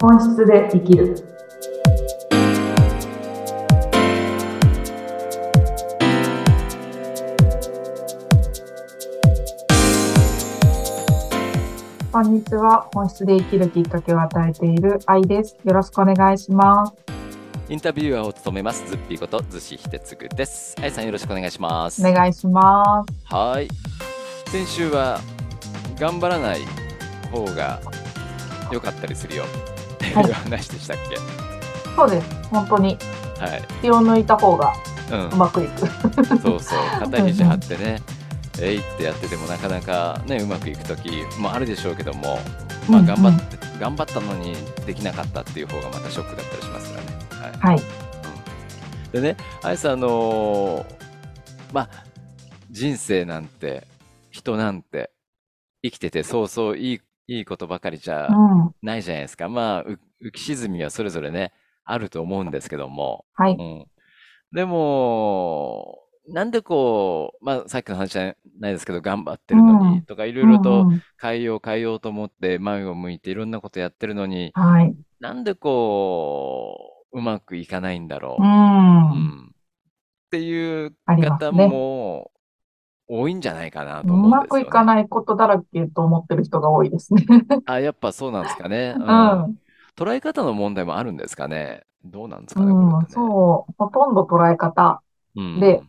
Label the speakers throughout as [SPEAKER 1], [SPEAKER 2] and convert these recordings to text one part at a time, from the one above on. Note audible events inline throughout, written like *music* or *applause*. [SPEAKER 1] 本質で生きる。こんにちは。本質で生きるきっかけを与えている愛です。よろしくお願いします。
[SPEAKER 2] インタビュアーを務めます、ズッピーこと、ズシヒテツグです。あいさんよろしくお願いします。
[SPEAKER 1] お願いします。
[SPEAKER 2] はーい。先週は、頑張らない方が良かったりするよっていう話でしたっけ、
[SPEAKER 1] そうです。本当に
[SPEAKER 2] はい、
[SPEAKER 1] 気を抜いた方がう
[SPEAKER 2] う
[SPEAKER 1] まくいく。
[SPEAKER 2] ん。そうそう。肩肘張ってね、えいってやっててもなかなかね、うまくいくときもあるでしょうけども、まあ頑張
[SPEAKER 1] うんうん
[SPEAKER 2] って、頑張ったのにできなかったっていう方がまたショックだったりしますからね。はい。
[SPEAKER 1] はい。
[SPEAKER 2] でね、あやさん、あのーまあ、人生なんて、人なんて、生きてて、そうそういい、いいことばかりじゃ
[SPEAKER 1] うん。
[SPEAKER 2] ないじゃないですか。まあ、う浮き沈みはそれぞれね、あると思うんですけども。
[SPEAKER 1] は
[SPEAKER 2] う
[SPEAKER 1] い。
[SPEAKER 2] ん。でも、なんでこう、まあ、さっきの話じゃないですけど、頑張ってるの
[SPEAKER 1] うん
[SPEAKER 2] にとか、いろいろ
[SPEAKER 1] う
[SPEAKER 2] と
[SPEAKER 1] んうん
[SPEAKER 2] 変えよう変えようと思って、前を向いていろんなことやってるのに、
[SPEAKER 1] はい。
[SPEAKER 2] なんでこう、うまくいかないんだろう
[SPEAKER 1] う。ん。
[SPEAKER 2] っていう
[SPEAKER 1] あります
[SPEAKER 2] 方
[SPEAKER 1] ね
[SPEAKER 2] も多いんじゃないかな
[SPEAKER 1] う
[SPEAKER 2] と思うん
[SPEAKER 1] ま
[SPEAKER 2] ですよ
[SPEAKER 1] く
[SPEAKER 2] ね。
[SPEAKER 1] いかないことだらけと思ってる人が多いですね。
[SPEAKER 2] あ、やっぱそうなんですかね。
[SPEAKER 1] *laughs*
[SPEAKER 2] う
[SPEAKER 1] うんん。
[SPEAKER 2] 捉え方の問題もあるんですかね。どうなんですかね、こ
[SPEAKER 1] う
[SPEAKER 2] れっ
[SPEAKER 1] ん、
[SPEAKER 2] てね。
[SPEAKER 1] そう。ほとんど捉え方。
[SPEAKER 2] うん
[SPEAKER 1] で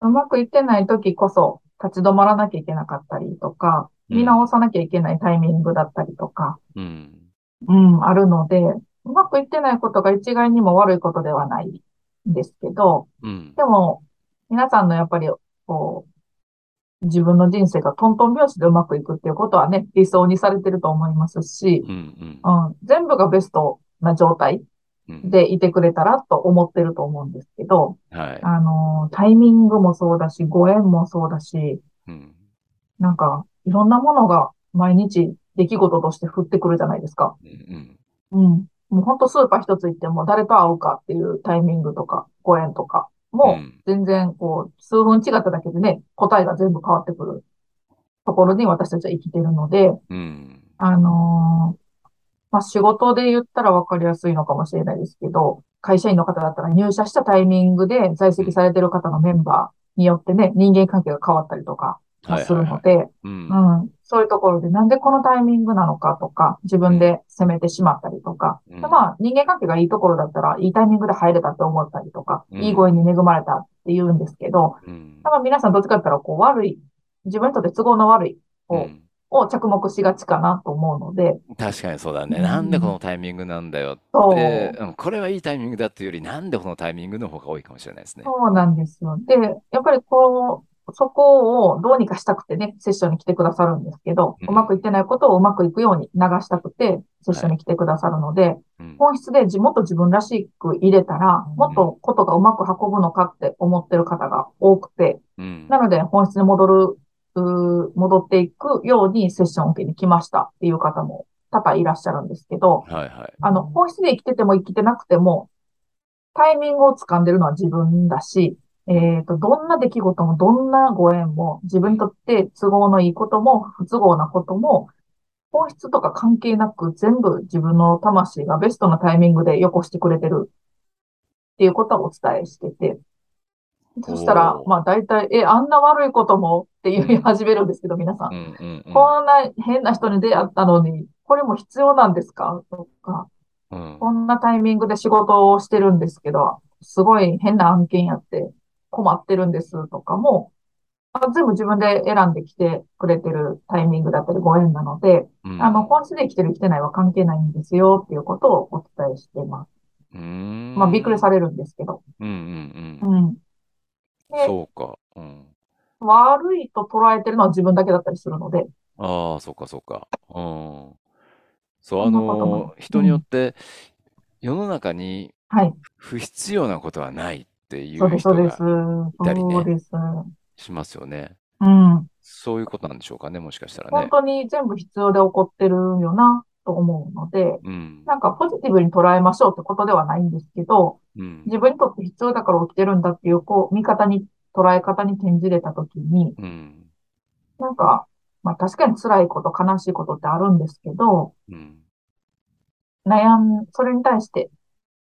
[SPEAKER 1] うまくいってない時こそ立ち止まらなきゃいけなかったりとか、見直さなきゃいけないタイミングだったりとか、
[SPEAKER 2] うん。
[SPEAKER 1] うん、あるので、うまくいってないことが一概にも悪いことではないんですけど、
[SPEAKER 2] うん。
[SPEAKER 1] でも、皆さんのやっぱり、こう、自分の人生がトントン拍子でうまくいくっていうことはね、理想にされてると思いますし、
[SPEAKER 2] うん。うん。
[SPEAKER 1] うん、全部がベストな状態
[SPEAKER 2] うん。
[SPEAKER 1] でいてくれたらと思ってると思うんですけど、
[SPEAKER 2] はい。
[SPEAKER 1] あの、タイミングもそうだし、ご縁もそうだし、
[SPEAKER 2] うん。
[SPEAKER 1] なんか、いろんなものが毎日出来事として降ってくるじゃないですか。
[SPEAKER 2] うんうん。
[SPEAKER 1] うん。もうほんとスーパー一つ行っても誰と会うかっていうタイミングとか、ご縁とか
[SPEAKER 2] う
[SPEAKER 1] も、
[SPEAKER 2] ん
[SPEAKER 1] 全然こう、数分違っただけでね、答えが全部変わってくるところに私たちは生きてるので、
[SPEAKER 2] うん。
[SPEAKER 1] あのーまあ、仕事で言ったら分かりやすいのかもしれないですけど、会社員の方だったら入社したタイミングで在籍されてる方のメンバーによってね、人間関係が変わったりとかも
[SPEAKER 2] はい
[SPEAKER 1] する
[SPEAKER 2] はい
[SPEAKER 1] の
[SPEAKER 2] はい。
[SPEAKER 1] で、
[SPEAKER 2] うん。
[SPEAKER 1] うん、そういうところで、なんでこのタイミングなのかとか、自分で責めてしまったりとか、
[SPEAKER 2] う
[SPEAKER 1] で
[SPEAKER 2] ん
[SPEAKER 1] まあ、人間関係がいいところだったら、いいタイミングで入れたって思ったりとか、
[SPEAKER 2] うん
[SPEAKER 1] いい声に恵まれたって言うんですけど、
[SPEAKER 2] うん
[SPEAKER 1] 多分皆さんどっちかって言ったら、こう、悪い、自分にとって都合の悪いを、
[SPEAKER 2] うん
[SPEAKER 1] を着目しがちかなと思うので、
[SPEAKER 2] 確かにそうだね。
[SPEAKER 1] うん
[SPEAKER 2] なんでこのタイミングなんだよ
[SPEAKER 1] そう、
[SPEAKER 2] って、うんこれはいいタイミングだっていうより、なんでこのタイミングの方が多いかもしれないですね。
[SPEAKER 1] そうなんですよ。で、やっぱりこう、そこをどうにかしたくてね、セッションに来てくださるんですけど、
[SPEAKER 2] うん
[SPEAKER 1] うまくいってないことをうまくいくように流したくて、セッションに来てくださるので、
[SPEAKER 2] うん。
[SPEAKER 1] 本質でじもっと自分らしく入れたら、もっとことがうまく運ぶのかって思ってる方が多くて、
[SPEAKER 2] うん。
[SPEAKER 1] なので本質に戻る、うー戻っていくようにセッションを受けに来ましたっていう方も多々いらっしゃるんですけど、
[SPEAKER 2] はいはい。
[SPEAKER 1] あの、本質で生きてても生きてなくても、タイミングを掴んでるのは自分だし、えっ、と、どんな出来事もどんなご縁も、自分にとって都合のいいことも不都合なことも、本質とか関係なく全部自分の魂がベストなタイミングでよこしてくれてるっていうことをお伝えしてて、そしたら
[SPEAKER 2] お、ー
[SPEAKER 1] まあ大体、え、あんな悪いこともって言い始めるんですけど、皆さん
[SPEAKER 2] う。んうんうん。
[SPEAKER 1] こんな変な人に出会ったのに、これも必要なんですかとか、
[SPEAKER 2] うん
[SPEAKER 1] こんなタイミングで仕事をしてるんですけど、すごい変な案件やって困ってるんですとかも、あ全部自分で選んできてくれてるタイミングだったりご縁なので、
[SPEAKER 2] うん
[SPEAKER 1] あの、本質で生きてる生きてないは関係ないんですよっていうことをお伝えしてます。
[SPEAKER 2] うーん
[SPEAKER 1] まあ、びっくりされるんですけど。
[SPEAKER 2] うんうん
[SPEAKER 1] う
[SPEAKER 2] うん。
[SPEAKER 1] ん。で、
[SPEAKER 2] そうか。うん。
[SPEAKER 1] 悪いと捉えてるのは自分だけだったりするので、
[SPEAKER 2] ああ、そうかそうか。うん。そう、
[SPEAKER 1] そ
[SPEAKER 2] あ
[SPEAKER 1] んなことも
[SPEAKER 2] の、人によって、世の中に
[SPEAKER 1] はい。
[SPEAKER 2] 不必要なことはないってい
[SPEAKER 1] そう
[SPEAKER 2] う
[SPEAKER 1] です、そ
[SPEAKER 2] 人
[SPEAKER 1] うです。
[SPEAKER 2] がたりね
[SPEAKER 1] そうです。
[SPEAKER 2] しますよね。
[SPEAKER 1] うん。
[SPEAKER 2] そういうことなんでしょうかね、もしかしたら
[SPEAKER 1] 本
[SPEAKER 2] ね。
[SPEAKER 1] 当に全部必要で起こってるよなと思うので、
[SPEAKER 2] うん。
[SPEAKER 1] なんかポジティブに捉えましょうってことではないんですけど、
[SPEAKER 2] うん。
[SPEAKER 1] 自分にとって必要だから起きてるんだっていう、こう、見方に、捉え方に転じれたときに、
[SPEAKER 2] うん。
[SPEAKER 1] なんか、まあ確かに辛いこと、悲しいことってあるんですけど、
[SPEAKER 2] うん。
[SPEAKER 1] 悩ん、それに対して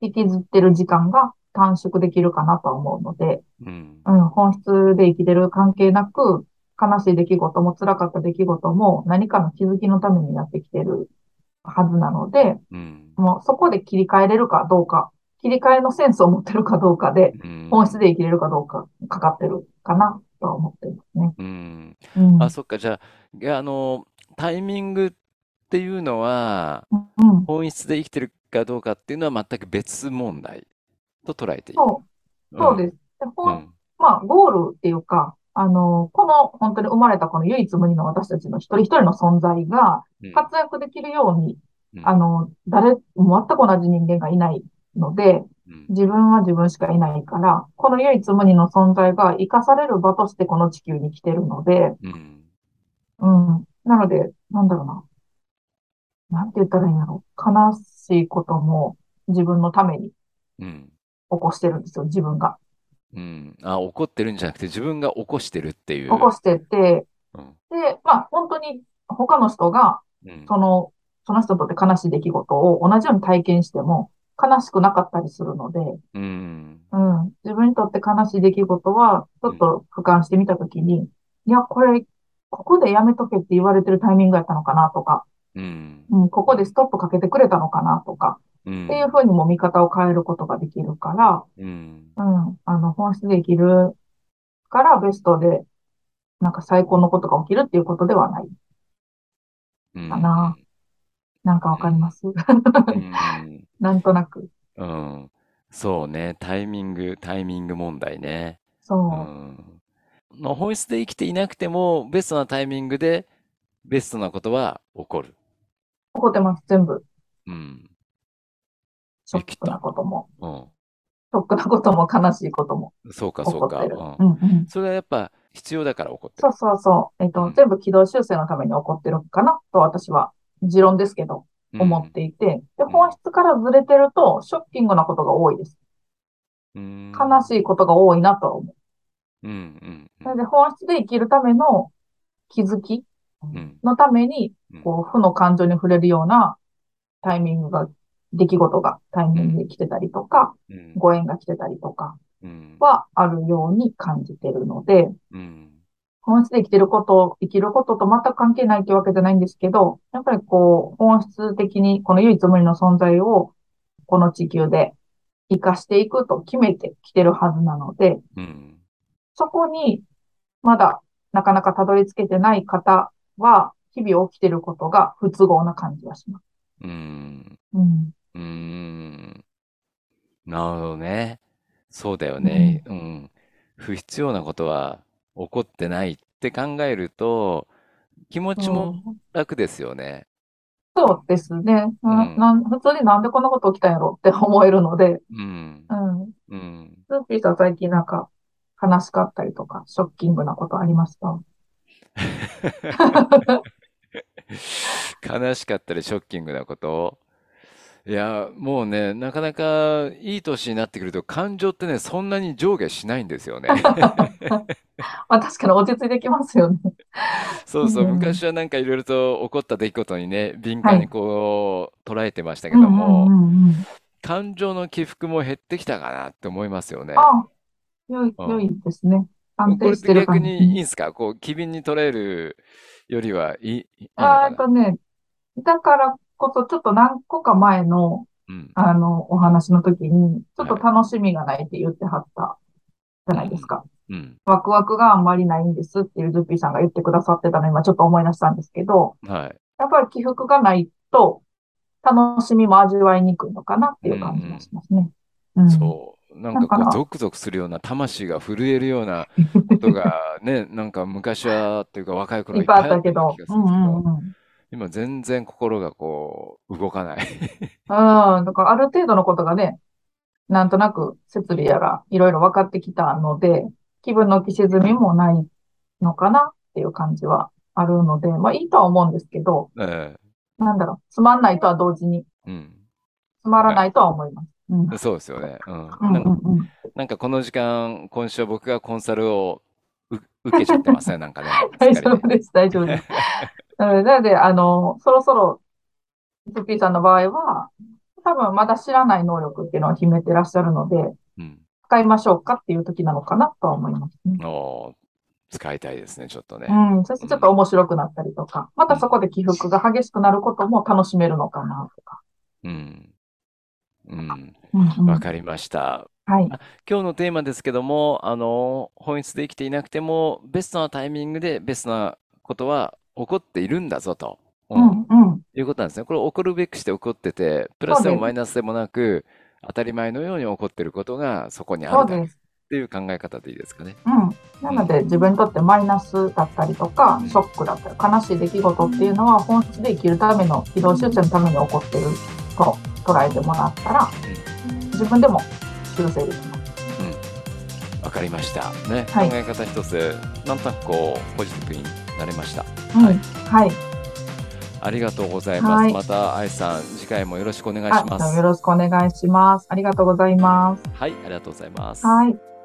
[SPEAKER 1] 引きずってる時間が短縮できるかなと思うので、
[SPEAKER 2] うん。
[SPEAKER 1] うん、本質で生きてる関係なく、悲しい出来事も辛かった出来事も何かの気づきのためにやってきてるはずなので、
[SPEAKER 2] うん。
[SPEAKER 1] もうそこで切り替えれるかどうか、切り替えのセンスを持ってるかどうかで、
[SPEAKER 2] うん
[SPEAKER 1] 本質で生きれるかどうか、かかってるかなとは思ってますね。
[SPEAKER 2] うん。
[SPEAKER 1] うん。
[SPEAKER 2] あ、そっか、じゃあ、いやあの、タイミングっていうのは、
[SPEAKER 1] うん。
[SPEAKER 2] 本質で生きてるかどうかっていうのは全く別問題と捉えていい。。
[SPEAKER 1] そうう、そうですす。でほ
[SPEAKER 2] うんん。
[SPEAKER 1] まあ、ゴールっていうか、あの、この本当に生まれたこの唯一無二の私たちの一人一人の存在が
[SPEAKER 2] うん
[SPEAKER 1] 活躍できるように、
[SPEAKER 2] うん
[SPEAKER 1] あの、誰、も全く同じ人間がいないので、
[SPEAKER 2] うん
[SPEAKER 1] 自分は自分しかいないから、この唯一無二の存在が生かされる場としてこの地球に来てるので、
[SPEAKER 2] うん
[SPEAKER 1] うん。なので、なんだろうな。なんて言ったらいいんだろう。悲しいことも自分のために起
[SPEAKER 2] うん
[SPEAKER 1] こしてるんですよ、自分が。
[SPEAKER 2] うんあ、怒ってるんじゃなくて自分が起こしてるっていう。
[SPEAKER 1] 起こしてて、
[SPEAKER 2] うん
[SPEAKER 1] で、まあ、本当に他の人が、
[SPEAKER 2] うん
[SPEAKER 1] その、その人にとって悲しい出来事を同じように体験しても悲しくなかったりするので、
[SPEAKER 2] うん
[SPEAKER 1] うん。自分にとって悲しい出来事は、ちょっと俯瞰してみたときに、いや、これ、ここでやめとけって言われてるタイミングやったのかなとか、
[SPEAKER 2] うん
[SPEAKER 1] うん、ここでストップかけてくれたのかなとか、
[SPEAKER 2] うん
[SPEAKER 1] っていうふうにも見方を変えることができるか
[SPEAKER 2] うん
[SPEAKER 1] ら、うん、あの、本質で生きるからベストで、なんか最高のことが起きるっていうことではない。
[SPEAKER 2] うん
[SPEAKER 1] かななんかわかります
[SPEAKER 2] うん
[SPEAKER 1] *laughs* なんとなく。
[SPEAKER 2] うんそうね、タイミング、タイミング問題ね。う
[SPEAKER 1] そ
[SPEAKER 2] ん。まあ本質で生きていなくても、ベストなタイミングで、ベストなことは起こる。
[SPEAKER 1] う。怒ってます、全部。
[SPEAKER 2] うん。
[SPEAKER 1] ショックなことも。
[SPEAKER 2] うん。
[SPEAKER 1] ショックなことも悲しいことも
[SPEAKER 2] そうか、
[SPEAKER 1] 起
[SPEAKER 2] そう
[SPEAKER 1] こっ
[SPEAKER 2] か。
[SPEAKER 1] てる。
[SPEAKER 2] うん
[SPEAKER 1] うんうん。
[SPEAKER 2] それはやっぱ必要だから起こって
[SPEAKER 1] そ
[SPEAKER 2] る。
[SPEAKER 1] うそうそう。えっ
[SPEAKER 2] う
[SPEAKER 1] と
[SPEAKER 2] ん、
[SPEAKER 1] 全部軌道修正のために起こってるかなと私は、持論ですけど、
[SPEAKER 2] うん
[SPEAKER 1] 思っていて。で、
[SPEAKER 2] ん
[SPEAKER 1] 本質からずれてると、ショッキングなことが多いです。
[SPEAKER 2] うん
[SPEAKER 1] 悲しいことが多いなとは思
[SPEAKER 2] うんうん
[SPEAKER 1] う。なので、本質で生きるための気づき
[SPEAKER 2] うん
[SPEAKER 1] のために
[SPEAKER 2] うん、
[SPEAKER 1] こう、負の感情に触れるようなタイミングが、出来事がタイミングで来てたりとか、
[SPEAKER 2] うん
[SPEAKER 1] ご縁が来てたりとか
[SPEAKER 2] うん
[SPEAKER 1] はあるように感じてるので、
[SPEAKER 2] うん
[SPEAKER 1] 本質で生きてること、生きることと全く関係ないってわけじゃないんですけど、やっぱりこう、本質的にこの唯一無二の存在を、この地球で生かしていくと決めてきてるはずなので、
[SPEAKER 2] うん
[SPEAKER 1] そこに、まだなかなかたどり着けてない方は、日々起きてることが不都合な感じはします。
[SPEAKER 2] うん
[SPEAKER 1] うん。
[SPEAKER 2] うーん。なるほどね。そうだよね。うん。不必要なことは起こってないって考えると、気持ちも
[SPEAKER 1] そう
[SPEAKER 2] 楽ですよね。
[SPEAKER 1] そうですね。な
[SPEAKER 2] うん
[SPEAKER 1] なん普通になんでこんなこと起きたんやろって思えるので、
[SPEAKER 2] うん
[SPEAKER 1] う。ん。
[SPEAKER 2] うん。
[SPEAKER 1] スーピーさん最近なんか悲しかったりとか、ショッキングなことありました
[SPEAKER 2] 悲しかったりショッキングなこと。いや、もうね、なかなかいい年になってくると感情ってね、そんなに上下しないんです
[SPEAKER 1] *laughs*
[SPEAKER 2] よね。
[SPEAKER 1] まあ確かに落ち着いてきますよね。
[SPEAKER 2] そうそう、
[SPEAKER 1] うん
[SPEAKER 2] 昔はなんかいろいろと起こった出来事にね、敏
[SPEAKER 1] は
[SPEAKER 2] 感
[SPEAKER 1] い
[SPEAKER 2] にこう捉えてましたけ
[SPEAKER 1] うんう
[SPEAKER 2] ど
[SPEAKER 1] んうん
[SPEAKER 2] も、
[SPEAKER 1] うん。
[SPEAKER 2] 感情の起伏も減ってきたかなって思いますよね。
[SPEAKER 1] ああ、良い、
[SPEAKER 2] うん
[SPEAKER 1] 良いですね。安
[SPEAKER 2] これ
[SPEAKER 1] 定
[SPEAKER 2] っ
[SPEAKER 1] しててる
[SPEAKER 2] 逆
[SPEAKER 1] 感じ。
[SPEAKER 2] にいいんすかこう、機敏に捉えるよりはいい、いいの
[SPEAKER 1] あーえっ
[SPEAKER 2] かな
[SPEAKER 1] とね、だからこそちょっと何個か前の、
[SPEAKER 2] うん。
[SPEAKER 1] あの、お話の時に、ちょっと楽しみがないって言ってはったじゃないですか。
[SPEAKER 2] うん。
[SPEAKER 1] ワクワクがあんまりないんですっていうズッピーさんが言ってくださってたの今ちょっと思い出したんですけど、
[SPEAKER 2] はい。
[SPEAKER 1] やっぱり起伏がないと、楽しみも味わいにくいのかなっていう感じがしますね。うん。
[SPEAKER 2] そう。なんかこ
[SPEAKER 1] だか
[SPEAKER 2] う、
[SPEAKER 1] ら
[SPEAKER 2] ゾクゾクするような、魂が震えるようなことがね、 *laughs* なんか昔は、っていうか若い頃
[SPEAKER 1] い
[SPEAKER 2] い
[SPEAKER 1] っ
[SPEAKER 2] っ
[SPEAKER 1] ぱいあ
[SPEAKER 2] ぱ
[SPEAKER 1] っ
[SPEAKER 2] い
[SPEAKER 1] た
[SPEAKER 2] あった
[SPEAKER 1] け
[SPEAKER 2] ような
[SPEAKER 1] ど
[SPEAKER 2] 気が。す
[SPEAKER 1] う
[SPEAKER 2] るん
[SPEAKER 1] んう
[SPEAKER 2] で
[SPEAKER 1] ん
[SPEAKER 2] すけど、
[SPEAKER 1] うん。
[SPEAKER 2] 今全然心がこう、動か
[SPEAKER 1] *laughs*
[SPEAKER 2] ない。
[SPEAKER 1] うん。だからある程度のことがね、なんとなく設備やらいろいろ分かってきたので、気分の浮き沈みもないのかなっていう感じはあるので、まあいいとは思うんですけど、
[SPEAKER 2] え
[SPEAKER 1] なんだろう、つまんないとは同時に、
[SPEAKER 2] えうん。
[SPEAKER 1] つまらないとは思います。うん。うん
[SPEAKER 2] そうですよね。うん。
[SPEAKER 1] う
[SPEAKER 2] なん
[SPEAKER 1] ん
[SPEAKER 2] か
[SPEAKER 1] うん。
[SPEAKER 2] なんかこの時間、今週は僕がコンサルをう受けちゃって
[SPEAKER 1] *laughs*
[SPEAKER 2] ますね、なんかね。
[SPEAKER 1] 大
[SPEAKER 2] すっか
[SPEAKER 1] 丈
[SPEAKER 2] りね
[SPEAKER 1] 夫です、大 *laughs* 丈夫です。うんなので、あの、そろそろ、ズッピーさんの場合は、多分まだ知らない能力っていうのを秘めてらっしゃるので、
[SPEAKER 2] うん。
[SPEAKER 1] 使いましょうかっていう時なのかなとは思いますね。
[SPEAKER 2] おー使いたいですね、ちょっとね。
[SPEAKER 1] うん。そしてちょっと面白くなったりとか、またそこで起伏が激しくなることも楽しめるのかなとか。
[SPEAKER 2] うん。うん。
[SPEAKER 1] うんうん
[SPEAKER 2] わかりました。
[SPEAKER 1] はい。
[SPEAKER 2] 今日のテーマですけども、あの、本質で生きていなくても、ベストなタイミングでベストなことは起こっているんだぞと。
[SPEAKER 1] う
[SPEAKER 2] うん
[SPEAKER 1] うん。
[SPEAKER 2] いうことなんですね。これ起こるべくして起こってて、プラスで
[SPEAKER 1] そうで
[SPEAKER 2] も
[SPEAKER 1] す
[SPEAKER 2] マイナスでもなく、当たり前のように起こっていることがそこにあ
[SPEAKER 1] そう
[SPEAKER 2] るだっ
[SPEAKER 1] です。
[SPEAKER 2] ていう考え方でいいですかね。
[SPEAKER 1] うん。なので自分にとってマイナスだったりとか、ショックだったり、悲しい出来事っていうのは本質で生きるための軌道修正のために起こってると捉えてもらったら、自分でも修正できます。
[SPEAKER 2] わかりました。ね、
[SPEAKER 1] はい
[SPEAKER 2] 考え方一つ、なんとなくこう、ポジティブになれました。
[SPEAKER 1] うん。
[SPEAKER 2] はい
[SPEAKER 1] はい。
[SPEAKER 2] ありがとうございます。
[SPEAKER 1] はい
[SPEAKER 2] また、愛さん、次回もよろしくお願いし
[SPEAKER 1] あ
[SPEAKER 2] ま
[SPEAKER 1] じゃあよ
[SPEAKER 2] す。
[SPEAKER 1] ろしくお願いします。ありがとうございます。
[SPEAKER 2] はい、ありがとうございます。
[SPEAKER 1] はい。